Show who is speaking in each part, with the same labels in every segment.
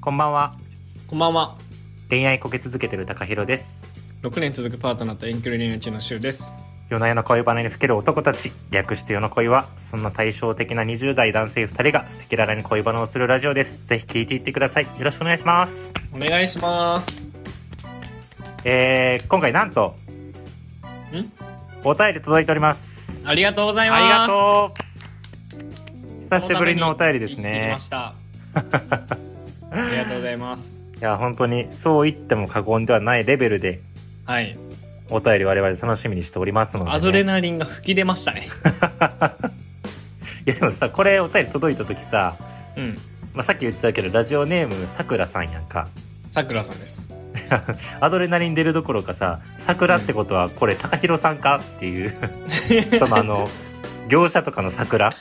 Speaker 1: こんばんは
Speaker 2: こんばんは。
Speaker 1: 恋愛こけ続けてる高弘です
Speaker 2: 6年続くパートナーと遠距離恋愛中のシュウです。
Speaker 1: 夜な夜な恋バナにふける男たち略して夜の恋はそんな対照的な20代男性2人が赤裸々に恋バナをするラジオですぜひ聞いていってくださいよろしくお願いします
Speaker 2: お願いします。
Speaker 1: えー、今回なんと
Speaker 2: ん
Speaker 1: お便り届いております
Speaker 2: ありがとうございます。
Speaker 1: ありがとう久
Speaker 2: そ
Speaker 1: し
Speaker 2: のた
Speaker 1: ぶ
Speaker 2: め
Speaker 1: り
Speaker 2: に
Speaker 1: のお便りです
Speaker 2: 生
Speaker 1: ね
Speaker 2: きて きました。ありがとうございます。
Speaker 1: いや本当にそう言っても過言ではないレベルで
Speaker 2: はい。
Speaker 1: お便り我々楽しみにしておりますので、ね、
Speaker 2: アドレナリンが吹き出ましたね。
Speaker 1: いやでもさこれお便り届いた時さ、
Speaker 2: うん。
Speaker 1: まあ、さっき言っちゃうけどラジオネームさくらさんやんか
Speaker 2: さくらさんです。
Speaker 1: アドレナリン出るどころかさ「さくら」ってことはこれ高弘さんかっていう そのあの業者とかの桜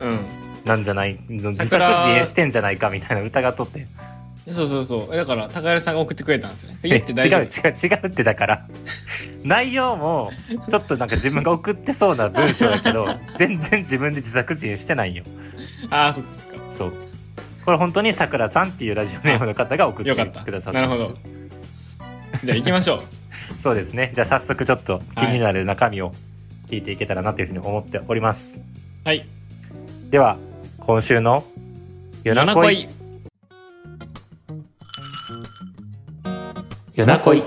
Speaker 2: うん。
Speaker 1: なんじゃない自作自
Speaker 2: 桜
Speaker 1: 演してんじゃないかみたいな疑っとって
Speaker 2: そうそうそう。だから、高原さんが送ってくれたんですよね。
Speaker 1: 違う違
Speaker 2: 言って大丈
Speaker 1: う
Speaker 2: 夫。
Speaker 1: 違うってだから内容もちょっとなんか自分が送ってそうな文章だけど全然自分で自作自演してないよ
Speaker 2: ああ、そっかそっか。
Speaker 1: そうこれ本当にさくらさんっていうラジオネームの方が送って
Speaker 2: よ
Speaker 1: く
Speaker 2: か
Speaker 1: ださっ
Speaker 2: った。
Speaker 1: てます
Speaker 2: なるほど。じゃあ行きましょう。
Speaker 1: そうですね。じゃあ早速ちょっと気になる中身を聞いていけたらなというふうに思っております。
Speaker 2: はい。
Speaker 1: では、今週の夜な恋。。夜な恋。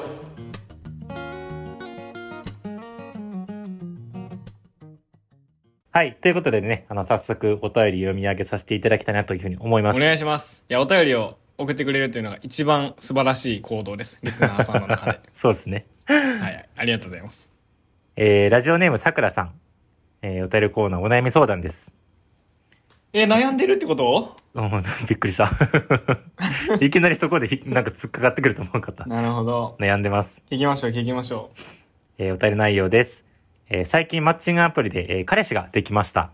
Speaker 1: はい。ということでね、あの、早速お便り読み上げさせていただきたいなというふうに思いま
Speaker 2: お
Speaker 1: す。
Speaker 2: 願いします。いや、お便りを送ってくれるというのが一番素晴らしい行動です。リスナーさんの 中で。
Speaker 1: そうですね。
Speaker 2: はい、ありがとうございます。
Speaker 1: えー、ラジオネームさくらさん。えー、お便りコーナーお悩み相談です。
Speaker 2: え、悩んでるってこと
Speaker 1: うん、 びっくりした。いきなりそこでひなんか突っかかってくると思う方。
Speaker 2: なるほど。
Speaker 1: 悩んでます。
Speaker 2: 聞きましょう、聞きましょ
Speaker 1: えーお便り内容です。えー最近マッチングアプリで、えー彼氏ができました。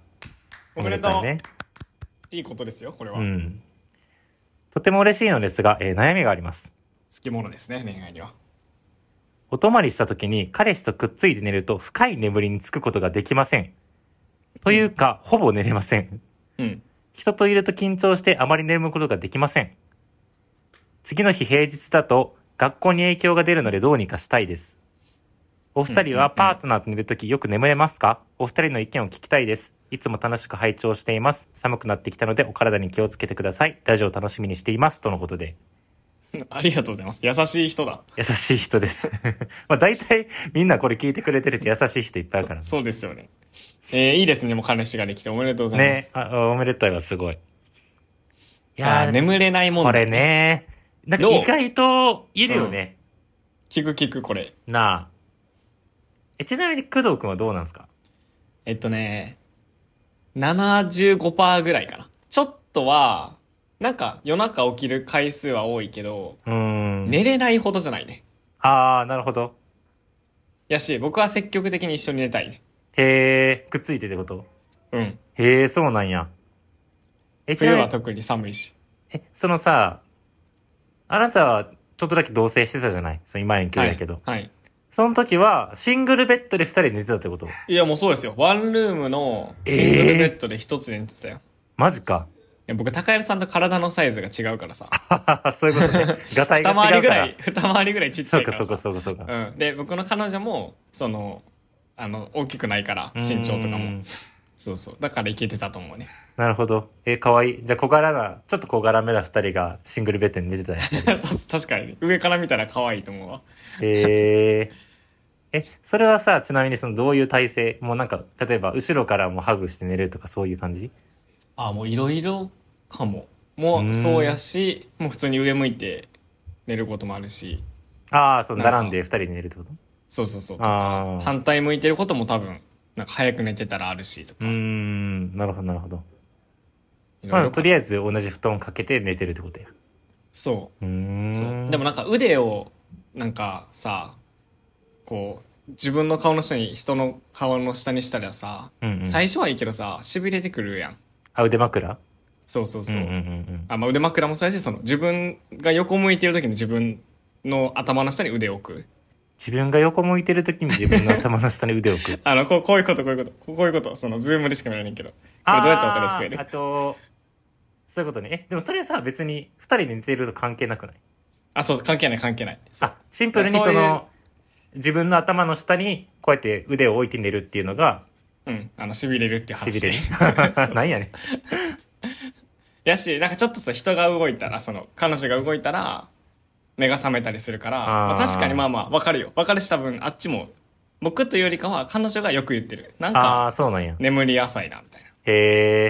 Speaker 2: う。おめでとう。
Speaker 1: おめでた
Speaker 2: いいことですよ、これは。
Speaker 1: いね。うん。とても嬉しいのですが、えー悩みがあります。
Speaker 2: 好きものですね、恋愛には。
Speaker 1: お泊まりした時に彼氏とくっついて寝ると深い眠りにつくことができません。というか、ほぼ寝れません。
Speaker 2: うん。
Speaker 1: 人といると緊張してあまり眠ることができません。次の日平日だと学校に影響が出るのでどうにかしたいです。お二人はパートナーと寝るときよく眠れますかお二人の意見を聞きたいです。いつも楽しく拝聴しています。寒くなってきたのでお体に気をつけてください。ラジオ楽しみにしています。とのことで。
Speaker 2: ありがとうございます。優しい人だ。
Speaker 1: 優しい人です。 まあ大体みんなこれ聞いてくれてるって優しい人いっぱいあるからね。
Speaker 2: そうですよね。えーいいですね、もう彼氏ができておめでとうございます。
Speaker 1: ねあおめでたいはすごい。い
Speaker 2: いや
Speaker 1: ー
Speaker 2: ー眠れないもん
Speaker 1: これ。ね。なんか
Speaker 2: どう
Speaker 1: 意外といるよね。
Speaker 2: 聞く聞く、これ。
Speaker 1: なあ。え、ちなみに工藤くんはどうなんですか
Speaker 2: えっとね、75%ぐらいかな。ちょっとは、なんか夜中起きる回数は多いけど、
Speaker 1: うーん。。
Speaker 2: 寝れないほどじゃないね。
Speaker 1: ああ、なるほど。
Speaker 2: やし、僕は積極的に一緒に寝たいね。
Speaker 1: へえ、くっついてってこと
Speaker 2: うん。
Speaker 1: へえ、そうなんや。え、ち
Speaker 2: 冬
Speaker 1: なみ
Speaker 2: は
Speaker 1: に、
Speaker 2: 特に寒いし。
Speaker 1: え、そのさ、あなたはちょっとだけ同棲してたじゃないその今遠距離だけど。
Speaker 2: はい。はい。
Speaker 1: その時は、シングルベッドで二人で寝てたってこと
Speaker 2: いや、もうそうですよ。ワンルームのシングルベッドで一つで寝てたよ。
Speaker 1: マジか。
Speaker 2: いや僕、高原さんと体のサイズが違うからさ。
Speaker 1: そういうこと ね。ガタイが
Speaker 2: 二
Speaker 1: 違
Speaker 2: 回り
Speaker 1: う
Speaker 2: ぐ
Speaker 1: からら
Speaker 2: い。、二回りぐらいちっち
Speaker 1: そ
Speaker 2: ゃ
Speaker 1: う
Speaker 2: いか
Speaker 1: からそ
Speaker 2: さ。
Speaker 1: うかそうかそうか。
Speaker 2: うん。で、僕の彼女も、その、あの、大きくないから、身長とか
Speaker 1: うー
Speaker 2: も。
Speaker 1: ん。
Speaker 2: そうそう。だからいけてたと思うね。
Speaker 1: なるほど。え、かわいい。じゃあ小柄な、ちょっと小柄めな二人がシングルベッドに寝てたね。
Speaker 2: そうそう確かにね。上から見たら可愛いと思うわ。
Speaker 1: へえ。 え、それはさ、ちなみにそのどういう体勢もうなんか、例えば後ろからもハグして寝るとかそういう感じ
Speaker 2: あ、もういろいろかも。
Speaker 1: う
Speaker 2: も
Speaker 1: ー
Speaker 2: う、
Speaker 1: ん
Speaker 2: そうやし、もう普通に上向いて寝ることもあるし。
Speaker 1: ああ、そう、
Speaker 2: なんか
Speaker 1: 並んで二人で寝るってこと
Speaker 2: そうそうそう。と
Speaker 1: あ
Speaker 2: か
Speaker 1: ー、
Speaker 2: 反対向いてることも多分、なんか早く寝てたらあるし、と
Speaker 1: う
Speaker 2: か。
Speaker 1: ーん、なるほど、なるほど。
Speaker 2: いろい
Speaker 1: ま
Speaker 2: ろ
Speaker 1: あ、とりあえず同じ布団かけて寝てるってことや。
Speaker 2: そううそう
Speaker 1: ー。ん。
Speaker 2: でもなんか腕を、なんかさ、こう、自分の顔の下に、人の顔の下にしたらさ、
Speaker 1: うんうん
Speaker 2: 最初はいいけどさ、痺れてくるやん。
Speaker 1: あ、腕枕
Speaker 2: そうそうそう。
Speaker 1: んうんうん
Speaker 2: あ、まあ腕枕もそうやし、その、自分が横向いてる時に自分の頭の下に腕を置く。
Speaker 1: 自分が横向いてる時に自分の頭の下に腕を置く。
Speaker 2: あの、こう、こういうこと、こういうこと、こうこういうこと、その、ズームでしか見られないけど。こ
Speaker 1: あ
Speaker 2: れ
Speaker 1: ー
Speaker 2: どうやったら分かりやすくやる
Speaker 1: あと、そういうことね。え、でもそれさ、別に2人で寝てると関係なくない
Speaker 2: あ、そう、関係ない関係ない。そう
Speaker 1: あ、シンプルにそ
Speaker 2: そういう
Speaker 1: の、自分の頭の下にこうやって腕を置いて寝るっていうのが、
Speaker 2: うん。あの、痺れるっていう
Speaker 1: しび
Speaker 2: 話。
Speaker 1: れる
Speaker 2: そ う。
Speaker 1: なんやねん。
Speaker 2: やし、なんかちょっとさ、人が動いたら、その、彼女が動いたら、目が覚めたりするから、
Speaker 1: あー
Speaker 2: まあ、確かにまあまあ、わかるよ。わかるし多分、あっちも、僕というよりかは、彼女がよく言ってる。なん
Speaker 1: あ
Speaker 2: か、
Speaker 1: あ、そうなんや。
Speaker 2: 眠り浅いな、みたいな。い
Speaker 1: へ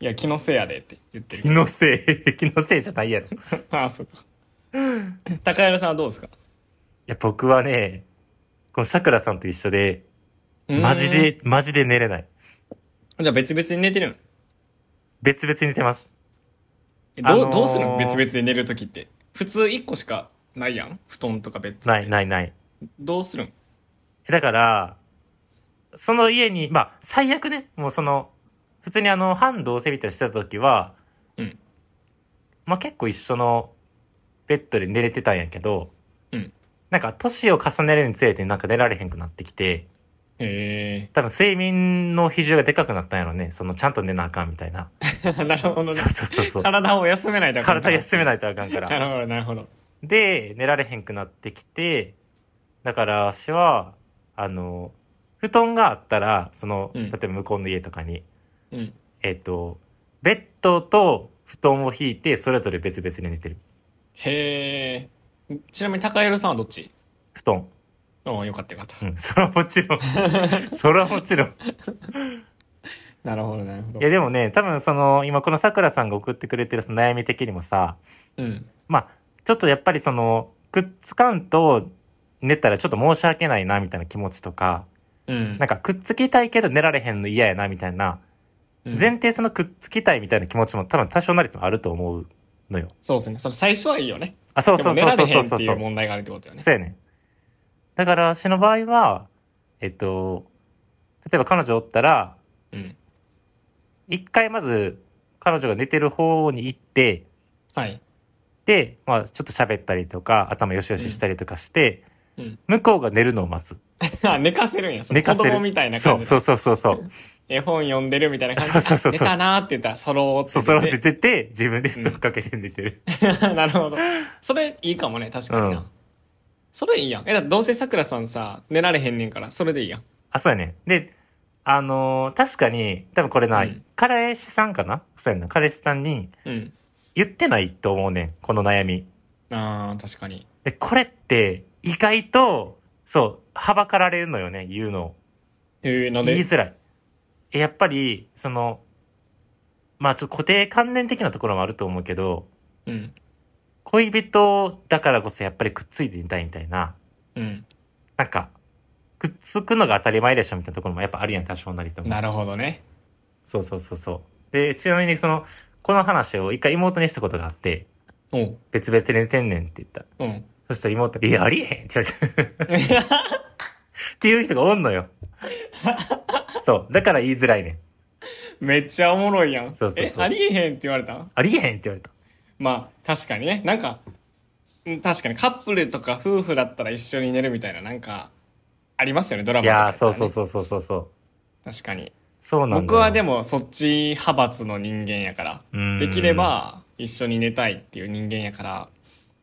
Speaker 1: え。
Speaker 2: や、気のせいやでって言ってる
Speaker 1: 気。 のせい、気のせいじゃないやろ。い
Speaker 2: ああ、そうか。高原さんはどうですか
Speaker 1: や、僕はね、この桜さんと一緒で、マジ。
Speaker 2: うーん
Speaker 1: で、マジで寝れない。
Speaker 2: じゃあ別々に寝てるの
Speaker 1: 別々に寝てます。
Speaker 2: え
Speaker 1: あ
Speaker 2: どう、
Speaker 1: のー
Speaker 2: どうするの別々で寝るときって。普通1個しかないやん布団とかベッド。
Speaker 1: ない、ない、ない。
Speaker 2: どうするん
Speaker 1: だから、その家に、まあ、最悪ね、もうその、普通にあの、反同棲みたいなのしてた時は、
Speaker 2: うん
Speaker 1: まあ結構一緒のベッドで寝れてたんやけど、
Speaker 2: うん
Speaker 1: なんか年を重ねるにつれてなんか寝られへんくなってきて、
Speaker 2: へ
Speaker 1: 多分睡眠の比重がでかくなったんやろね。そのちゃんと寝なあかんみたいな。
Speaker 2: え。 なるほどね
Speaker 1: そう。そうそうそう。
Speaker 2: 体を休めないとあかん
Speaker 1: 体休め
Speaker 2: な
Speaker 1: な
Speaker 2: い。
Speaker 1: いとあかんから。
Speaker 2: なるほど、なるほど。
Speaker 1: で、寝られへんくなってきて、だから、私は、あの、布団があったら、その、
Speaker 2: うん
Speaker 1: 例えば向こうの家とかに、
Speaker 2: うん。
Speaker 1: えっ、と、ベッドと布団を引いて、それぞれ別々に寝てる。
Speaker 2: へえ。ちなみに高弘さんはどっち
Speaker 1: 布団。
Speaker 2: おーよかったよかった
Speaker 1: う。ん。 それはもち ろん。それはもちろん。
Speaker 2: なるほど、なるほど
Speaker 1: いや、。でもね、多分その、今この桜さんが送ってくれてるその悩み的にもさ、
Speaker 2: うん。
Speaker 1: まあ、ちょっとやっぱりその、くっつかんと寝たらちょっと申し訳ないな、みたいな気持ちとか、
Speaker 2: うん
Speaker 1: なんかくっつきたいけど寝られへんの嫌やな、みたいな、
Speaker 2: うん
Speaker 1: 前提そのくっつきたいみたいな気持ちも多分多少なりともあると思うのよ。
Speaker 2: そうですね。その最初はいいよね。
Speaker 1: あ、そう
Speaker 2: で
Speaker 1: そ
Speaker 2: も
Speaker 1: う
Speaker 2: 寝
Speaker 1: そう
Speaker 2: ら
Speaker 1: そ
Speaker 2: れ
Speaker 1: うそ
Speaker 2: へん
Speaker 1: う
Speaker 2: っ
Speaker 1: そ
Speaker 2: て
Speaker 1: う
Speaker 2: い
Speaker 1: そうう。
Speaker 2: 問題があるってことよね。
Speaker 1: やねん。だから私の場合は、えっと、例えば彼女おったら、
Speaker 2: うん。
Speaker 1: 一回まず彼女が寝てる方に行って、
Speaker 2: はい。
Speaker 1: で、まあちょっと喋ったりとか、頭よしよししたりとかして、
Speaker 2: うん。
Speaker 1: 向こうが寝るのを待つ。
Speaker 2: あ、寝かせるんや。その
Speaker 1: 寝か
Speaker 2: 子
Speaker 1: せる。
Speaker 2: 供みたいな
Speaker 1: そ
Speaker 2: 感
Speaker 1: う
Speaker 2: じ
Speaker 1: そ
Speaker 2: で。
Speaker 1: うそうそう そう。
Speaker 2: 絵本読んでるみたいな感じで。
Speaker 1: そうそうそうそう
Speaker 2: あ寝たなーって言ったら、そろーって
Speaker 1: そ
Speaker 2: 寝て。
Speaker 1: そらって出て、自分で布団かけて寝てる。
Speaker 2: なるほど。それいいかもね、確かにな。
Speaker 1: うん
Speaker 2: それいいやん。え、だってどうせ桜さんさ、寝られへんねんから、それでいいやん。
Speaker 1: あ、そうやね。で、あのー確かに、多分これな、
Speaker 2: うん
Speaker 1: 彼氏さんかなそうやな。彼氏さんに
Speaker 2: うん。
Speaker 1: 言ってないと思うねん。この悩み。
Speaker 2: あー、確かに。
Speaker 1: で、これって、意外と、そう、はばかられるのよね、言うのを。
Speaker 2: えー、なん
Speaker 1: 言い
Speaker 2: で
Speaker 1: づらい。えやっぱり、その、まあちょっと固定観念的なところもあると思うけど、
Speaker 2: うん。
Speaker 1: 恋人だからこそやっぱりくっついてみたいみたいな、
Speaker 2: うん。
Speaker 1: なんか、くっつくのが当たり前でしょみたいなところもやっぱあるやん、多少なりとも。
Speaker 2: なるほどね。
Speaker 1: そうそうそうそう。で、ちなみにその、この話を一回妹にしたことがあって、
Speaker 2: おう。
Speaker 1: 別々に寝てんねんって言った。
Speaker 2: うん。
Speaker 1: そしたら妹が、いや、ありえへんって言われた。 っていう人がおんのよ。そう。だから言いづらいねん。
Speaker 2: めっちゃおもろいやん。
Speaker 1: そうそうそう
Speaker 2: え、ありえへんって言われた
Speaker 1: ありえへんって言われた。
Speaker 2: まあ、確かにね。なんか、うん確かにカップルとか夫婦だったら一緒に寝るみたいな、なんか、ありますよね、ドラ
Speaker 1: い
Speaker 2: マとか、
Speaker 1: やー、そうそうそうそうそうそう。
Speaker 2: う。確かに。
Speaker 1: そうなんだよ。
Speaker 2: 僕はで
Speaker 1: も、
Speaker 2: もそっち派閥の人間やから
Speaker 1: うん
Speaker 2: できれば一緒に寝たいっていう人間やから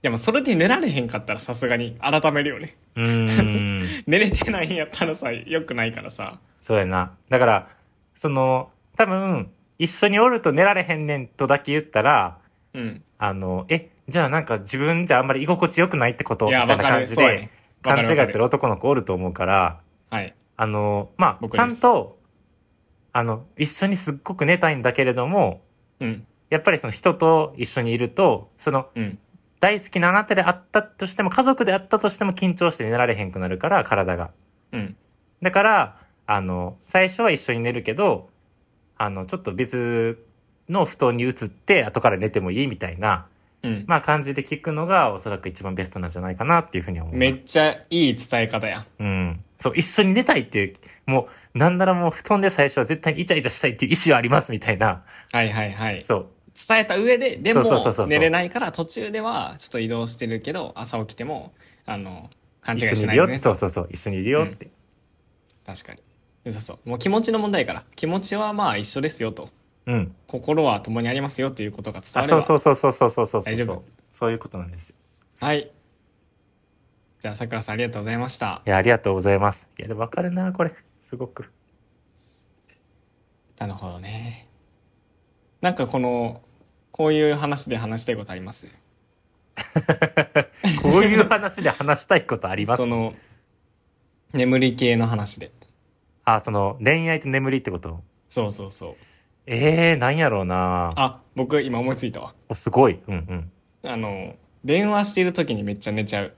Speaker 2: でもそれで寝られへんかったらさすがに改めるよね
Speaker 1: うーん。
Speaker 2: 寝れてないんやったらさ良くないからさ
Speaker 1: そうやな。だから、その、多分、一緒におると寝られへんねんとだけ言ったら、
Speaker 2: うん
Speaker 1: あの、え、じゃあなんか自分じゃあんまり居心地良くないってこと
Speaker 2: い
Speaker 1: みた
Speaker 2: や
Speaker 1: いな
Speaker 2: わか
Speaker 1: 感
Speaker 2: る
Speaker 1: じ
Speaker 2: そうや
Speaker 1: で
Speaker 2: ねわ
Speaker 1: 勘
Speaker 2: かるわ
Speaker 1: 違
Speaker 2: か
Speaker 1: いする
Speaker 2: る
Speaker 1: 男の子おると思うから、
Speaker 2: はい
Speaker 1: あの、まあ、
Speaker 2: 僕
Speaker 1: ちゃ
Speaker 2: で
Speaker 1: ん
Speaker 2: す
Speaker 1: と、あの、一緒にすっごく寝たいんだけれども、
Speaker 2: うん
Speaker 1: やっぱりその人と一緒にいると、その
Speaker 2: うん
Speaker 1: 大好きなあなたであったとしても、家族であったとしても緊張して寝られへんくなるから、体が。
Speaker 2: うん
Speaker 1: だから、あの、最初は一緒に寝るけど、あの、ちょっと別の布団に移って、後から寝てもいいみたいな、
Speaker 2: うん、
Speaker 1: まあ感じで聞くのがおそらく一番ベストなんじゃないかなっていうふうには思うな。
Speaker 2: めっちゃいい伝え方やん
Speaker 1: うん。そう、一緒に寝たいっていう、もう、なんならもう布団で最初は絶対にイチャイチャしたいっていう意思はありますみたいな。
Speaker 2: はいはいはい
Speaker 1: そう。
Speaker 2: 伝えた上ででも
Speaker 1: そうそうそうそう
Speaker 2: 寝れないから途中ではちょっと移動してるけど朝起きてもあの勘違い
Speaker 1: 一緒
Speaker 2: し
Speaker 1: に
Speaker 2: ないい
Speaker 1: るよ
Speaker 2: よ
Speaker 1: って、
Speaker 2: ね
Speaker 1: そうそうそう、一緒にいるよって。
Speaker 2: 確かに良さそうもう気持ちの問題やから気持ちはまあ一緒ですよと
Speaker 1: うん。
Speaker 2: 心は共にありますよということが伝わ
Speaker 1: あ、
Speaker 2: れば
Speaker 1: そうそうそうそうそうそうそうそう
Speaker 2: 大丈夫
Speaker 1: そういうことなんです。
Speaker 2: はいじゃあさくらさんありがとうございました
Speaker 1: いや、ありがとうございます。いや、でもわかるな、これ。すごく。
Speaker 2: なるほどねなんかこのこういう話で話したいことあります
Speaker 1: こういう話で話したいことあります
Speaker 2: その眠り系の話で
Speaker 1: あ、その、恋愛と眠りってこと
Speaker 2: そうそうそう
Speaker 1: ええー、なんやろうな
Speaker 2: あ僕今思いついたわ
Speaker 1: お、すごい。うんうん。
Speaker 2: あの電話している時にめっちゃ寝ちゃう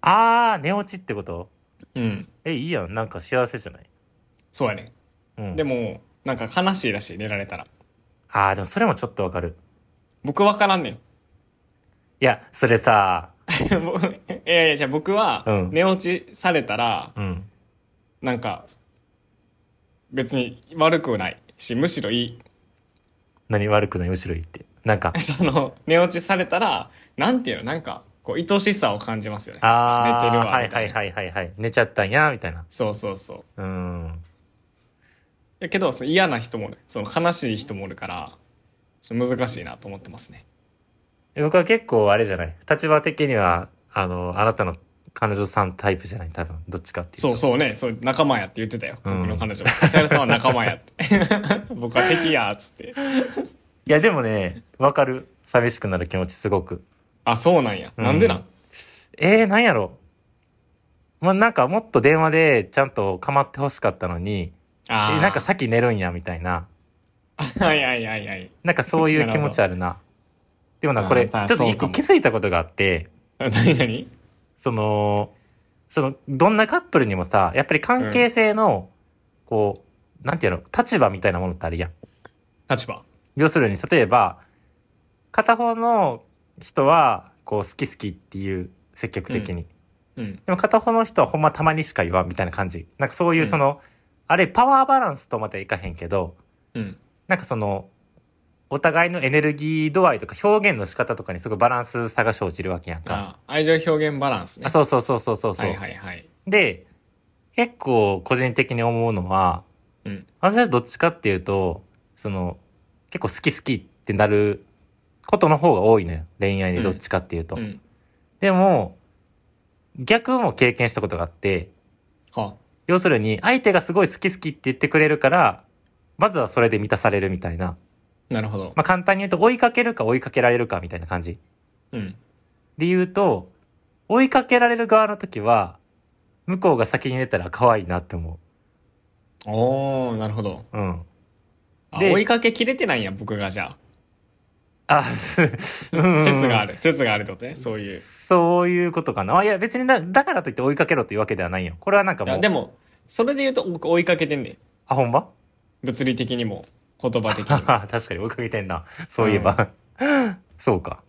Speaker 1: あー、寝落ちってこと
Speaker 2: うん
Speaker 1: え、いいやん。なんか幸せじゃない
Speaker 2: そうやね
Speaker 1: うん。
Speaker 2: でもなんか悲しいらしい寝られたら
Speaker 1: あー、でもそれもちょっとわかる。
Speaker 2: 僕わからん ねん
Speaker 1: いや、それさ、
Speaker 2: 僕いやいやじゃあ僕
Speaker 1: う
Speaker 2: は
Speaker 1: ん
Speaker 2: 寝落ちされたら、
Speaker 1: うん。
Speaker 2: なんか別に悪くないしむしろいい、
Speaker 1: 何悪くない後ろ行って。なんか
Speaker 2: その 寝落ちされたらなんていうのなんかこう愛しさを感じますよね
Speaker 1: あー、
Speaker 2: 寝てるわ
Speaker 1: はい
Speaker 2: みた
Speaker 1: はいい
Speaker 2: な
Speaker 1: はいはいはい。寝ちゃったんや、みたいな。
Speaker 2: そうそうそう
Speaker 1: うん。
Speaker 2: やけどその嫌な人もおるその悲しい人もおるからちょっと難しいなと思ってますね
Speaker 1: 僕は結構あれじゃない。立場的には、あの、あなたの彼女さんタイプじゃない、多分。どっちかっていうと。
Speaker 2: そうそうねそう仲間やって言ってたよ、
Speaker 1: うん
Speaker 2: 僕の彼女も高原さんは仲間やって 僕は敵やっつって
Speaker 1: いや、でもね、わかる。寂しくなる気持ちすごく。
Speaker 2: あそうなんや、
Speaker 1: うん
Speaker 2: なんでなん
Speaker 1: えー、なんやろ。まあ、なんかもっと電話でちゃんと構ってほしかったのに、え
Speaker 2: あー
Speaker 1: なんかさっき寝るんや、みたいな。
Speaker 2: はいはいはいはい
Speaker 1: なんかそういう気持ちあるな。でもな、こ
Speaker 2: う
Speaker 1: れ、
Speaker 2: ん
Speaker 1: ちょ
Speaker 2: まあ
Speaker 1: っと
Speaker 2: そう
Speaker 1: 一
Speaker 2: か
Speaker 1: 個
Speaker 2: も
Speaker 1: 気づいたことがあって、
Speaker 2: 何何
Speaker 1: その、その、どんなカップルにもさ、やっぱり関係性の、こう、なんていうの、立場みたいなものってあるやん。
Speaker 2: 立場
Speaker 1: 要するに、例えば、片方の人は、こう、好き好きっていう、積極的に。
Speaker 2: うん
Speaker 1: でも片方の人はほんまたまにしか言わんみたいな感じ。なんかそういうその、あれ、パワーバランスとまたいかへんけど、
Speaker 2: うん
Speaker 1: なんかその、お互いのエネルギー度合いとか表現の仕方とかにすごいバランス差が生じるわけやんか。
Speaker 2: あ愛情表現バランスね
Speaker 1: あそうそうそうそうそうそう。
Speaker 2: はいはいはい
Speaker 1: で、結構個人的に思うのは、
Speaker 2: うん
Speaker 1: 私はどっちかっていうと、その、結構好き好きってなることの方が多いのよ。恋愛でどっちかっていうと。
Speaker 2: うん
Speaker 1: でも、逆も経験したことがあって、
Speaker 2: は
Speaker 1: 要するに相手がすごい好き好きって言ってくれるから、まずはそれで満たされるみたいな。
Speaker 2: なるほど
Speaker 1: まあ簡単に言うと追いかけるか追いかけられるかみたいな感じ。
Speaker 2: うん
Speaker 1: で言うと、追いかけられる側の時は、向こうが先に出たら可愛いなって思
Speaker 2: おーなるほど
Speaker 1: う。うん。
Speaker 2: あ
Speaker 1: で
Speaker 2: 追いかけきれてないんや僕がじゃ
Speaker 1: あ、 す、
Speaker 2: あ説があ
Speaker 1: る。
Speaker 2: る説があるってことねそういう
Speaker 1: そういうことかな。あいや、別にだ、だからといって追いかけろというわけではないよ。これはなんか
Speaker 2: い
Speaker 1: も
Speaker 2: や
Speaker 1: う、
Speaker 2: でもそれで言うと僕追いかけてんねん
Speaker 1: あ、ほんま
Speaker 2: 物理的にも言葉的
Speaker 1: 確
Speaker 2: にも
Speaker 1: かに追いかけてんな。そういえば。そうか。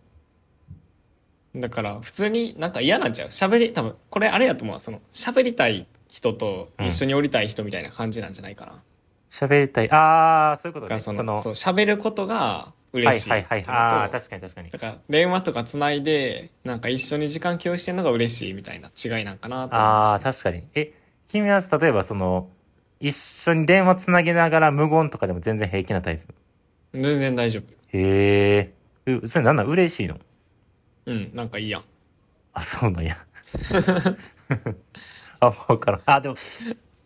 Speaker 2: だから普通になんか嫌なんちゃう喋り多分これあれやと思うわその喋りたい人と一緒に降りたい人みたいな感じなんじゃないかな、
Speaker 1: 喋りたい。あー、そういうこと
Speaker 2: だ
Speaker 1: ね。
Speaker 2: からそ
Speaker 1: そ
Speaker 2: の
Speaker 1: の、
Speaker 2: そう喋ることが
Speaker 1: はい
Speaker 2: 嬉しい
Speaker 1: はいはい。あー、確かに確かに
Speaker 2: だ。から電話とかつないでなんか一緒に時間共有してるのが嬉しいみたいな違いなんかなと思い
Speaker 1: あ
Speaker 2: ま
Speaker 1: あ、
Speaker 2: した、ね、
Speaker 1: 確かに。え、君は例えばその、一緒に電話つなげながら無言とかでも全然平気なタイプ。
Speaker 2: 全然大丈夫
Speaker 1: へえ。うそれなんなん嬉しいの
Speaker 2: うんなんかいいやん
Speaker 1: あ、そうなんや。 あ、わからん。あ、でも、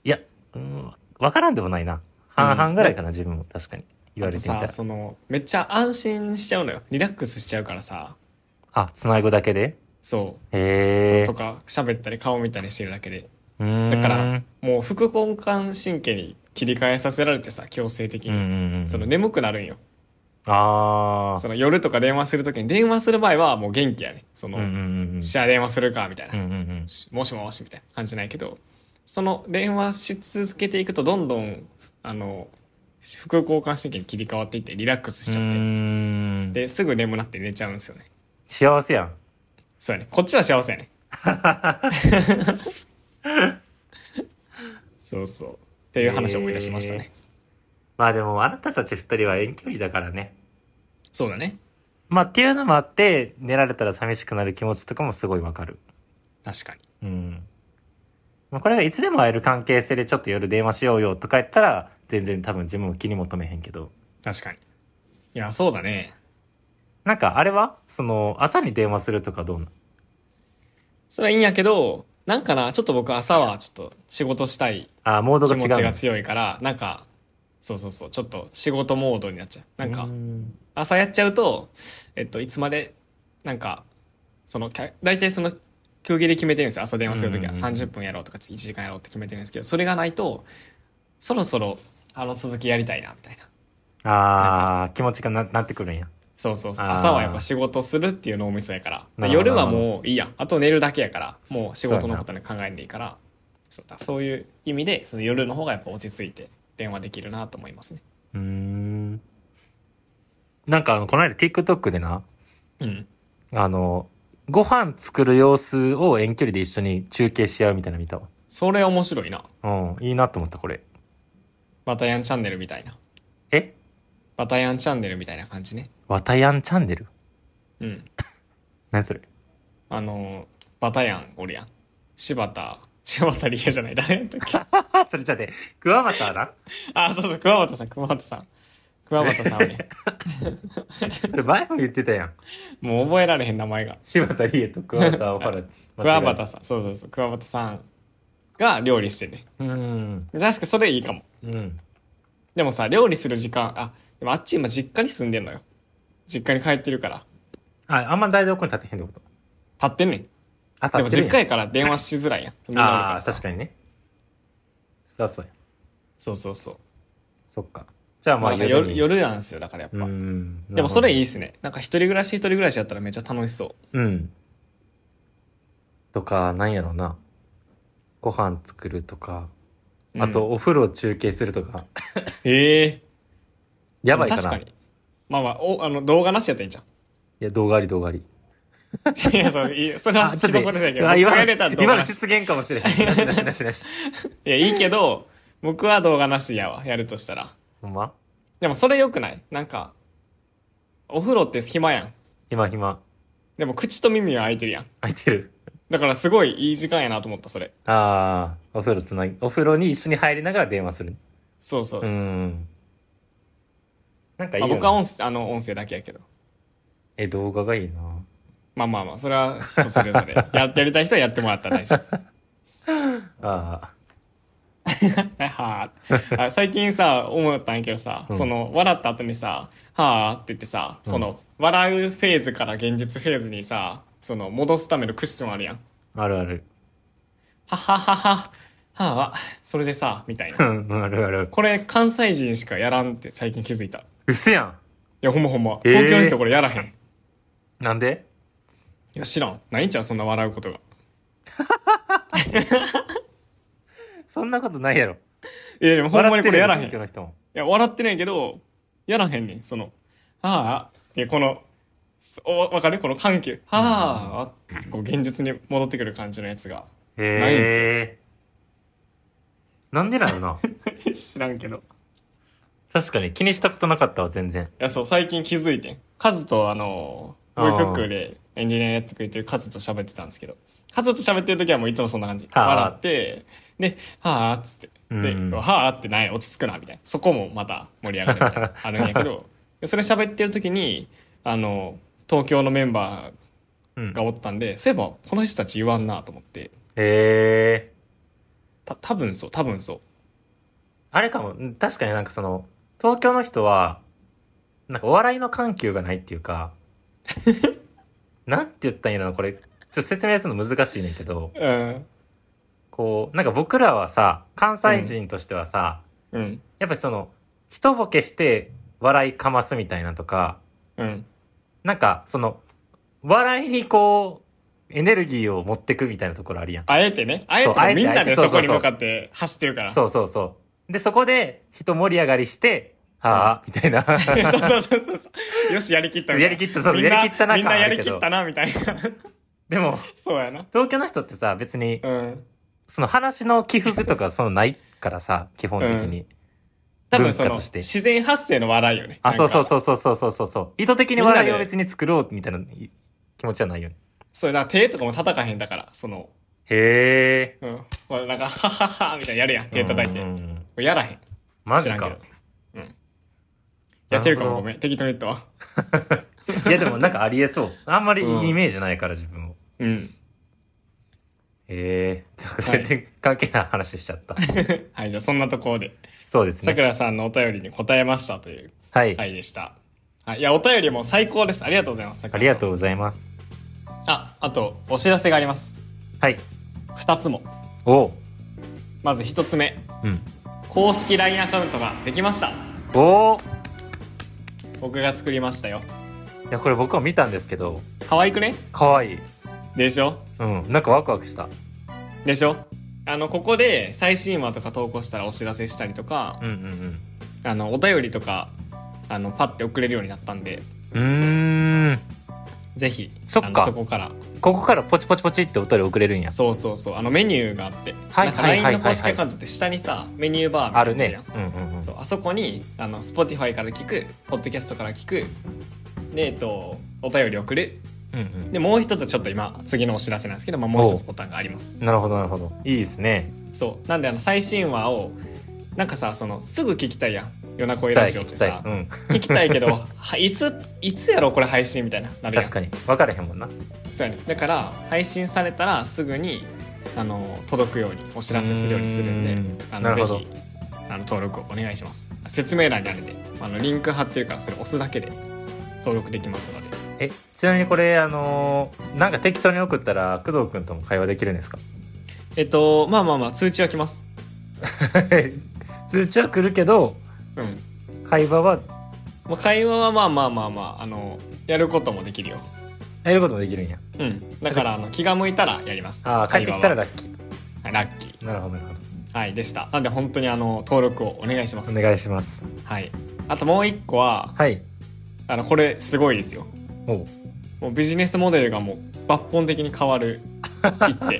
Speaker 1: いや、うん、わからんでもないな。半々ぐらいかな、自分も確かに。言わ
Speaker 2: あ
Speaker 1: れ
Speaker 2: と
Speaker 1: てみた
Speaker 2: さ
Speaker 1: ら。
Speaker 2: そのめっちゃ安心しちゃうのよリラックスしちゃうからさ
Speaker 1: あ、つなぐだけで
Speaker 2: そ
Speaker 1: へ
Speaker 2: う、
Speaker 1: え。
Speaker 2: そうとか喋ったり顔見たりしてるだけで
Speaker 1: うーん。
Speaker 2: だからもう副交感神経に切り替えさせられてさ強制的
Speaker 1: う
Speaker 2: に、
Speaker 1: んうんうん。
Speaker 2: その眠くなるんよ
Speaker 1: ああ。
Speaker 2: その夜とか電話するときに電話する場合はもう元気やねその、
Speaker 1: うんうんうんうん。
Speaker 2: じゃあ電話するかみたいな、
Speaker 1: うんうんうん。
Speaker 2: しもしもしみたいな感じないけどその電話し続けていくとどんどんあの副交感神経に切り替わっていってリラックスしちゃ
Speaker 1: う
Speaker 2: っ
Speaker 1: ー
Speaker 2: て
Speaker 1: ん
Speaker 2: ですぐ眠なって寝ちゃうんですよね
Speaker 1: 幸せやん。
Speaker 2: そうやねこっちは幸せ やねそうそうっていう話を思い出しましたね、
Speaker 1: まあでもあなたたち二人は遠距離だからね。
Speaker 2: そうだね
Speaker 1: まあっていうのもあって寝られたら寂しくなる気持ちとかもすごいわかる。
Speaker 2: 確かに
Speaker 1: うん。まあこれがいつでも会える関係性でちょっと夜電話しようよとか言ったら全然多分自分も気にも留めへんけど。
Speaker 2: 確かに。いや、そうだね。
Speaker 1: なんかあれはその朝に電話するとかどうな
Speaker 2: それはいいんやけど、なんかな、ちょっと僕朝はちょっと仕事したい
Speaker 1: あーモードが
Speaker 2: 気
Speaker 1: 違
Speaker 2: 持
Speaker 1: う
Speaker 2: ち
Speaker 1: の
Speaker 2: が強いから、なんか、そうそうそう、ちょっと仕事モードになっちゃう。なん
Speaker 1: う
Speaker 2: か
Speaker 1: ー、ん
Speaker 2: 朝やっちゃうと、えっと、いつまで、なんか、その、きゃ大体その、空気で決めてるんですよ。朝電話するとき
Speaker 1: う
Speaker 2: は
Speaker 1: んうんうん
Speaker 2: 30分やろうとか1時間やろうって決めてるんですけど、それがないと、そろそろ、あの続きやりたいな、みたいな。
Speaker 1: あー気持ちがななってくるんや
Speaker 2: そうそうそう。
Speaker 1: あー
Speaker 2: 朝はやっぱ仕事するっていう脳みそやから。
Speaker 1: な
Speaker 2: で
Speaker 1: るほど
Speaker 2: 夜はもういいやん。あと寝るだけやから、もう仕事のことに考えんでいいから、そうだそういう意味で、その夜の方がやっぱ落ち着いて電話できるなと思いますね。
Speaker 1: うーんなんかあのこの間 TikTok でな
Speaker 2: うん。
Speaker 1: あのご飯作る様子を遠距離で一緒に中継し合うみたいなの見たわ
Speaker 2: それ面白いな。
Speaker 1: うんいいなと思ったこれ
Speaker 2: バタヤンチャンネルみたいな。
Speaker 1: え
Speaker 2: バタヤンチャンネルみたいな感じね。
Speaker 1: わたやんチャンネル
Speaker 2: うん。
Speaker 1: 何それ
Speaker 2: あの、バタヤンおるやん。柴田、柴田理恵じゃない、誰 やったっけ
Speaker 1: あそれじゃねクワマターな
Speaker 2: あ、そうそう、桑畑さん、桑畑さん。桑畑さんね。
Speaker 1: それ前も言ってたやん
Speaker 2: もう覚えられへん名前が。
Speaker 1: 柴田理恵とクワマターをほ ら
Speaker 2: 桑
Speaker 1: 間違
Speaker 2: 畑さん、そうそうそう、桑畑さんが料理してね。
Speaker 1: えうん
Speaker 2: 確かそれいいかも。
Speaker 1: うん
Speaker 2: でもさ、料理する時間、あ、でもあっち今実家に住んでんのよ。実家に帰ってるから。
Speaker 1: ああんま台所に立てへんってこと
Speaker 2: 立ってんねん。
Speaker 1: あ立
Speaker 2: で
Speaker 1: っ
Speaker 2: も
Speaker 1: てる
Speaker 2: 実家
Speaker 1: やん
Speaker 2: やから電話しづらいやん。みんなおるか
Speaker 1: あ
Speaker 2: ら
Speaker 1: ー
Speaker 2: さ。
Speaker 1: 確かにねそりゃそうや
Speaker 2: そうそうそう。
Speaker 1: そっかじゃあま
Speaker 2: ま
Speaker 1: あ
Speaker 2: あ、
Speaker 1: 夜
Speaker 2: 夜、
Speaker 1: に
Speaker 2: 夜なんですよ、だからやっぱ。
Speaker 1: うん
Speaker 2: でもそれいい
Speaker 1: い
Speaker 2: ですね。なんか一人暮らし一人暮らしだったらめっちゃ楽しそう。
Speaker 1: うんとかなんやろうなご飯作るとか
Speaker 2: うん
Speaker 1: あとお風呂中継するとか、
Speaker 2: へえ。
Speaker 1: やばいかな
Speaker 2: 確かに。まあまあ、お、あの、動画なしやった らいいじゃん。
Speaker 1: いや動画あり動画あり
Speaker 2: いや、そう、いいそれは人それぞれやけど、
Speaker 1: あ
Speaker 2: 僕
Speaker 1: 今
Speaker 2: が
Speaker 1: の
Speaker 2: やれたら動画
Speaker 1: 今の
Speaker 2: なし。
Speaker 1: 出現かもしれへんなしなしなしなし
Speaker 2: いや、いいけど、僕は動画なしやわ、やるとしたら。
Speaker 1: ほんま
Speaker 2: でもそれ良くないなんか、お風呂って暇やん。
Speaker 1: 今暇
Speaker 2: でも口と耳は開いてるやん。
Speaker 1: 空いてる
Speaker 2: だからすごいいい時間やなと思った、それ。
Speaker 1: ああお風呂つなぎお風呂に一緒に入りながら電話する
Speaker 2: そうそう。
Speaker 1: うーんなんかいい
Speaker 2: まあ、
Speaker 1: よ、ね
Speaker 2: 僕は音声、あの、音声だけやけど。
Speaker 1: え動画がいいな
Speaker 2: まあまあまあ、それは人それぞ れ。やってやりたい人はやってもらったら大丈夫。
Speaker 1: あ
Speaker 2: はあ。あ最近さ、思ったんやけどさ、
Speaker 1: うん
Speaker 2: その、笑った後にさ、はあって言ってさ、その、笑うフェーズから現実フェーズにさ、その、戻すためのクッションあるやん。
Speaker 1: ああるある
Speaker 2: はははは、はあ、それでさ、みたい うな。
Speaker 1: んうんあるある
Speaker 2: これ、関西人しかやらんって最近気づいた。
Speaker 1: うせやん
Speaker 2: いや、ほんまほんま。
Speaker 1: えー
Speaker 2: 東京の人これやらへん。い
Speaker 1: なんで
Speaker 2: や、知らん。ないんちゃうそんな笑うことが。
Speaker 1: そんなことないやろ
Speaker 2: いや、でもほんまにこれやらへん。
Speaker 1: 笑っ
Speaker 2: い
Speaker 1: てるよ東京の人も
Speaker 2: や、笑ってないけど、やらへんねん。その、ああ、っていうこの、すおわかるこの緩急。はあ、ってこう現実に戻ってくる感じのやつが。ないんす
Speaker 1: へえなんでなのな
Speaker 2: 知らんけど。い
Speaker 1: 確かに気にしたことなかったわ全然
Speaker 2: や、そう、最近気づいてん。カズとあの、
Speaker 1: あー
Speaker 2: V クックでエンジニアやってくれてるカズと喋ってたんですけど、カズと喋ってる時はもういつもそんな感じ。
Speaker 1: あー
Speaker 2: 笑って、で、はあ、っつって。で、
Speaker 1: うん
Speaker 2: はあってない、落ち着くな、みたいな。そこもまた盛り上がるみたいな、あるんやけど、それ喋ってる時に、あの、東京のメンバ
Speaker 1: うん
Speaker 2: ーがおったんで、そういえば、この人たち言わんなと思って、
Speaker 1: へえ
Speaker 2: た、多分そう、多分そう。
Speaker 1: あれかもうん確かになんかその東京の人はなんかお笑いの緩急がないっていう かなんて言ったらいいのこれちょっと説明するの難しいねんけど
Speaker 2: うん。
Speaker 1: こうなんか僕らはさ関西人としてはさ、
Speaker 2: うん。
Speaker 1: やっぱりその一ボケして笑いかますみたいなとか
Speaker 2: うん。
Speaker 1: なんかその笑いにこうエネルギーを持ってくみたいなところあるやん
Speaker 2: あえてね、あえ
Speaker 1: そうあえ
Speaker 2: て
Speaker 1: て
Speaker 2: みんな
Speaker 1: あえて
Speaker 2: で
Speaker 1: そうそ
Speaker 2: そう
Speaker 1: そう
Speaker 2: こに向かって走ってるから。
Speaker 1: そうそうそうでそこで人盛り上がりしてはあ、みたいな
Speaker 2: そうそうそうそうそう。よし、やりきったみたいな
Speaker 1: やりきったそうそう
Speaker 2: みんな
Speaker 1: やりきったな
Speaker 2: みんな
Speaker 1: 感あ
Speaker 2: や
Speaker 1: る
Speaker 2: り
Speaker 1: け
Speaker 2: き
Speaker 1: ど
Speaker 2: ったな、みたいな。
Speaker 1: でも
Speaker 2: そうやな。
Speaker 1: 東京の人ってさ別に
Speaker 2: うん。
Speaker 1: その話の起伏とかそのないからさ基本的に、
Speaker 2: 多分そ
Speaker 1: 文化
Speaker 2: の、
Speaker 1: として
Speaker 2: 自然発生の笑いよね。
Speaker 1: あそうそう
Speaker 2: う。
Speaker 1: そうそうそうそうそうそう意図的に笑いを
Speaker 2: みんなで
Speaker 1: 別に作ろうみたいない気持ちはないよね
Speaker 2: そう、だから手とかも叩かへんだから、その、
Speaker 1: へえ
Speaker 2: うん。ほらなんか、はっはっはみたいなやるやん、手叩いて。
Speaker 1: うんうんうん
Speaker 2: やらへん。
Speaker 1: マ
Speaker 2: 知
Speaker 1: ジ
Speaker 2: らんけ
Speaker 1: か
Speaker 2: ど。うん。やってるかも
Speaker 1: なるほど
Speaker 2: ごめん。適当に言ったわ。
Speaker 1: いやでもなんかありえそう。あんまりいいイメージないから自分も。
Speaker 2: うん。
Speaker 1: ええなんか全然関係ない話しちゃった。
Speaker 2: はい、じゃあそんなところで、
Speaker 1: そうです
Speaker 2: さく
Speaker 1: ね。
Speaker 2: らさんのお便りに答えましたという
Speaker 1: はい。
Speaker 2: 回でした。はい、いや、お便りも最高です。ありがとうございます。
Speaker 1: ありがと
Speaker 2: う。
Speaker 1: うございます。
Speaker 2: あ、あと、お知らせがあります。
Speaker 1: はい。
Speaker 2: 二つも。
Speaker 1: おう。
Speaker 2: まず一つ目、
Speaker 1: うん。
Speaker 2: 公式 LINE アカウントができました。
Speaker 1: おー
Speaker 2: 僕が作りましたよ。
Speaker 1: いや、これ僕も見たんですけど、
Speaker 2: 可愛くね
Speaker 1: かわいい。
Speaker 2: でしょ
Speaker 1: うん。なんかワクワクした。
Speaker 2: でしょあの、ここで最新話とか投稿したらお知らせしたりとか、
Speaker 1: うんうん
Speaker 2: あの、お便りとか、あの、パッて送れるようになったんで、
Speaker 1: うん。うーん。
Speaker 2: ぜひ、
Speaker 1: そっか
Speaker 2: あのそこから。
Speaker 1: ここからポチポチポチってお便り送れるんや。
Speaker 2: そうそうそう。あの、メニューがあって、
Speaker 1: はい
Speaker 2: なんか
Speaker 1: はいはい
Speaker 2: LINE
Speaker 1: はい
Speaker 2: の公式アカウントって下にさ、メニューバーみたい
Speaker 1: あ
Speaker 2: な
Speaker 1: る
Speaker 2: のるや
Speaker 1: ね
Speaker 2: ん。
Speaker 1: うんうんうん。
Speaker 2: そう、あそこに、あの、Spotify から聞く、ポッドキャストから聞く、で、えっと、お便り送る。
Speaker 1: うんうん。
Speaker 2: で、もう一つちょっと今、次のお知らせなんですけど、まあ、もう一つボタンがあります。
Speaker 1: なるほどなるほど。いいですね。
Speaker 2: そうなんであの最新話をなんかさそのすぐ聞きたいやん「夜な恋ラ
Speaker 1: 聞
Speaker 2: ジオ」っ
Speaker 1: き
Speaker 2: て
Speaker 1: たい。
Speaker 2: さ
Speaker 1: うん。
Speaker 2: 聞きたいけどはいついつやろこれ配信みたいななるやん
Speaker 1: 確かに。分からへんもんな。
Speaker 2: そうやねだから配信されたらすぐにあの届くようにお知らせするようにするんで
Speaker 1: うん
Speaker 2: あ
Speaker 1: な
Speaker 2: の
Speaker 1: る
Speaker 2: ぜ
Speaker 1: ほど
Speaker 2: ひあの登録をお願いします説明欄にあるんであのリンク貼ってるからそれ押すだけで登録できますので
Speaker 1: え、ちなみにこれ、あのーなんか適当に送ったら、工藤くんとも会話できるんですか
Speaker 2: えっとまあまあまあ通知は来ます
Speaker 1: 通知は来るけど、
Speaker 2: うん
Speaker 1: 会話は
Speaker 2: まあ会話はまあまあまあまああのやることもできるよ
Speaker 1: やることもできるんや。
Speaker 2: うん、だからあの気が向いたらやります。
Speaker 1: ああ、帰ってきたらラ
Speaker 2: ラッ
Speaker 1: ッキー。
Speaker 2: キー。はい、ラッキー。
Speaker 1: なるほど、なるほ
Speaker 2: はい、でした。なんで本当にあの登録をお願いします。
Speaker 1: ど。お願いします。
Speaker 2: はい。あともう一個は、
Speaker 1: はい。
Speaker 2: あのこれすごいですよ。
Speaker 1: おう
Speaker 2: もうビジネスモデルがもう抜本的に変わる一手。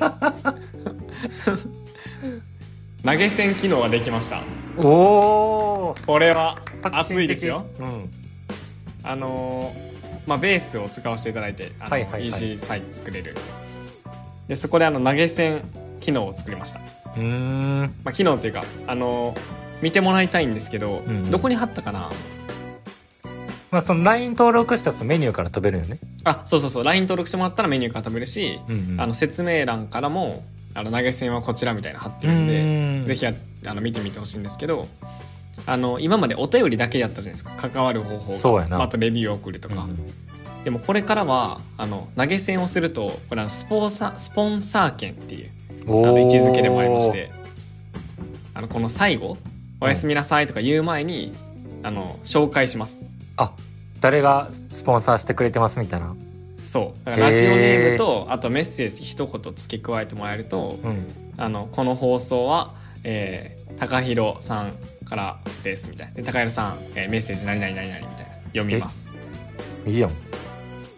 Speaker 2: 投げ銭機能ができました。
Speaker 1: おー
Speaker 2: これは
Speaker 1: 革新的
Speaker 2: 熱いですよ。
Speaker 1: うん。
Speaker 2: あのーまあベースを使わせていただいて、あの
Speaker 1: はいはいはい
Speaker 2: EC サイト作れる。でそこであの投げ銭機能を作りました。
Speaker 1: うーん。
Speaker 2: まあ、機能というか、あの見てもらいたいんですけど、
Speaker 1: うん
Speaker 2: どこに貼ったかな
Speaker 1: まあ、その LINE 登録したらそのメニューから飛べるよね。
Speaker 2: あそうそうそう LINE 登録してもらったらメニューから食べるし、
Speaker 1: うん、うん。
Speaker 2: あの説明欄からもあの投げ銭はこちらみたいなの貼って
Speaker 1: う
Speaker 2: るんで、
Speaker 1: ーん、
Speaker 2: ぜひやあの見てみてほしいんですけどあの今までお便りだけやったじゃないですか関わる方法が
Speaker 1: そうやな
Speaker 2: まああとレビューを送るとか、
Speaker 1: うん
Speaker 2: でもこれからはあの投げ銭をするとこれあのスポンサースポンサー券っていう
Speaker 1: うん。お
Speaker 2: あの
Speaker 1: ー
Speaker 2: 位置づけでもありまし。てあのこの最後「おやすみなさい」とか言う前に、あの紹介します
Speaker 1: あ、誰がスポンサーしてくれてますみたいな。
Speaker 2: そうだか
Speaker 1: へー
Speaker 2: らラジオネームとあとメッセージ一言付け加えてもらえると
Speaker 1: うん。
Speaker 2: あのこの放送は、えー、高弘さんからですみたいなで高弘さん、えーメッセージ何々何々みたいな読みます、
Speaker 1: いいよ。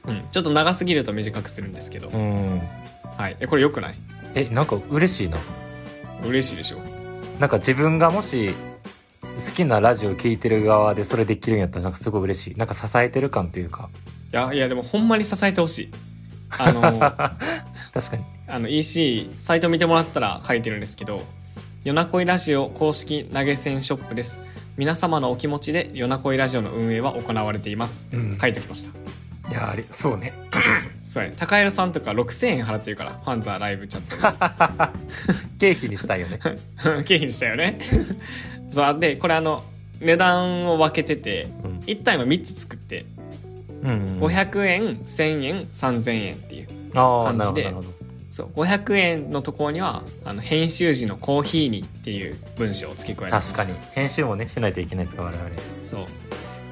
Speaker 2: うん、ちょっと長すぎると短くするんですけど、
Speaker 1: うん。
Speaker 2: はい、えこれよくない
Speaker 1: え、なんか嬉しいな。
Speaker 2: 嬉しいでしょ
Speaker 1: なんか自分がもし好きなラジオ聴いてる側でそれできるんやったらなんかすごい嬉しい。なんか支えてる感というか。
Speaker 2: いやいやでもほんまに支えてほしい あの
Speaker 1: 確かに。
Speaker 2: あの EC サイト見てもらったら書いてるんですけど「夜な恋ラジオ公式投げ銭ショップです」皆様のお気持ちで「夜な恋ラジオ」の運営は行われています
Speaker 1: うん」
Speaker 2: 書いておきました
Speaker 1: いや、あれ、そうね。
Speaker 2: そうやね高弘さんとか6000円払ってるからファンザーライブチャッ
Speaker 1: 経費にしたいよね。
Speaker 2: トに 経費にしたよねそうでこれあの値段を分けてて
Speaker 1: うん。
Speaker 2: 一体今3つ作って
Speaker 1: うん、うん。
Speaker 2: 500円1000円3000円っていう
Speaker 1: ああ、
Speaker 2: 感
Speaker 1: なる
Speaker 2: じ
Speaker 1: ほど、
Speaker 2: で
Speaker 1: なるほど。
Speaker 2: そう500円のところにはあの編集時のコーヒーにっていう文章を付け加えておき
Speaker 1: 確
Speaker 2: ま
Speaker 1: か
Speaker 2: した
Speaker 1: に。編集もね、しないといけないですから、我々。
Speaker 2: そう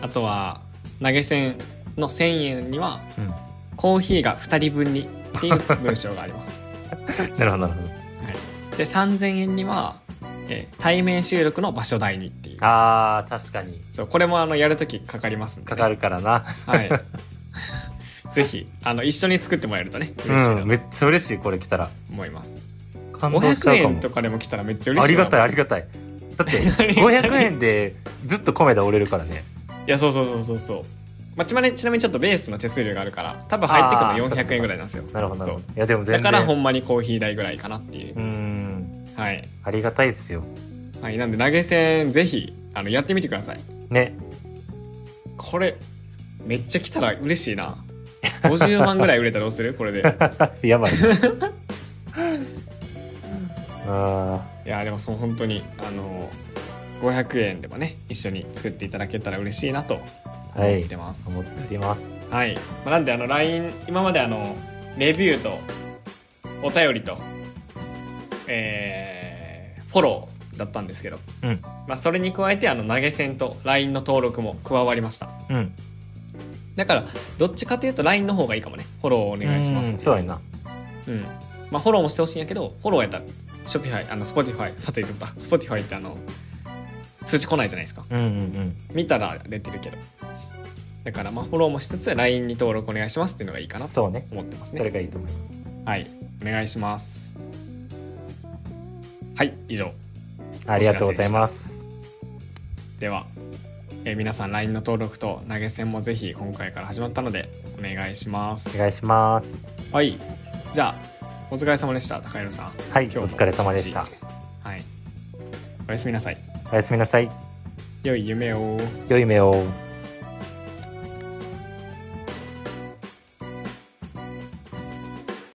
Speaker 2: あとは投げ銭の1,000円には
Speaker 1: うん。
Speaker 2: コーヒーが2人分にっていう文章があります
Speaker 1: なるほど、なるほ
Speaker 2: で3,000円には、えー対面収録の場所代にっていう
Speaker 1: ど。ああ、確かに。
Speaker 2: そうこれもあのやるときかかりますんで、
Speaker 1: かかるからな。
Speaker 2: はいぜひあの一緒に作ってもらえるとね嬉しいな
Speaker 1: うん。め
Speaker 2: と
Speaker 1: っちゃ嬉しい、これ来たら。
Speaker 2: 思います、
Speaker 1: 感動しちゃ
Speaker 2: 500
Speaker 1: うかも
Speaker 2: 円。とかでも来たらめっちゃ嬉
Speaker 1: あ
Speaker 2: しい
Speaker 1: り
Speaker 2: な
Speaker 1: がたい、ありが たい。だって、500円でずっと米田折れるからね。
Speaker 2: いやそうそうそうそうそうまあちなみにちなみにちょっとベースの手数料があるから多分入って
Speaker 1: あー
Speaker 2: く
Speaker 1: そうか
Speaker 2: るの
Speaker 1: そうか
Speaker 2: 400円ぐらいなんですよ
Speaker 1: なるほど、なるほ
Speaker 2: そ
Speaker 1: ど。いや、でも
Speaker 2: うだ
Speaker 1: 全然。
Speaker 2: からほんまにコーヒー代ぐらいかなっていう
Speaker 1: う、ん。
Speaker 2: はい
Speaker 1: ありがたいっすよ。
Speaker 2: はい、なんで投げ銭ぜひあのやってみてください。
Speaker 1: ね。
Speaker 2: これ、めっちゃ来たら嬉しいな。50万ぐらい売れたらどうするこれで。
Speaker 1: やばいな あ
Speaker 2: いや、でもそう本当に、あの、500円でもね、一緒に作っていただけたら嬉しいなと
Speaker 1: ーは
Speaker 2: 思
Speaker 1: い
Speaker 2: ってます。
Speaker 1: 思っております
Speaker 2: はい。まあなんで、あの、LINE、今まであの、レビューと、お便りと、えー、フォローだったんですけど、
Speaker 1: うん
Speaker 2: まあ、それに加えて、あの、投げ銭と LINE の登録も加わりました。
Speaker 1: うん
Speaker 2: だから、どっちかというと LINE の方がいいかもね。フォローお願いしま
Speaker 1: う
Speaker 2: すっ
Speaker 1: ん
Speaker 2: てい
Speaker 1: そうやな
Speaker 2: うん。まあ、フォローもしてほしいんやけど、フォローやったら、ショピファイ、あの、スポティファイ、また言ってた、スポティファイってあの、通知来ないじゃないですか。
Speaker 1: うんうん
Speaker 2: 見たら出てるけど。だから、まあ、フォローもしつつ、LINE に登録お願いしますっていうのがいいか
Speaker 1: うん
Speaker 2: なと
Speaker 1: そうね
Speaker 2: 思ってます
Speaker 1: そ
Speaker 2: ね。
Speaker 1: れがいいと思います
Speaker 2: はい。お願いします。はい、以上。
Speaker 1: ありがとうございます
Speaker 2: では、えー皆さん LINE の登録と投げ銭もぜひ今回から始まったので、お願いします。
Speaker 1: お願いします
Speaker 2: はい。じゃあ、お疲れ様でした、高弘さん。
Speaker 1: はい
Speaker 2: 今日も
Speaker 1: お疲れ様でした
Speaker 2: 一日。はい。おやすみなさい。
Speaker 1: おやすみなさい
Speaker 2: 良い夢を。
Speaker 1: 良い目を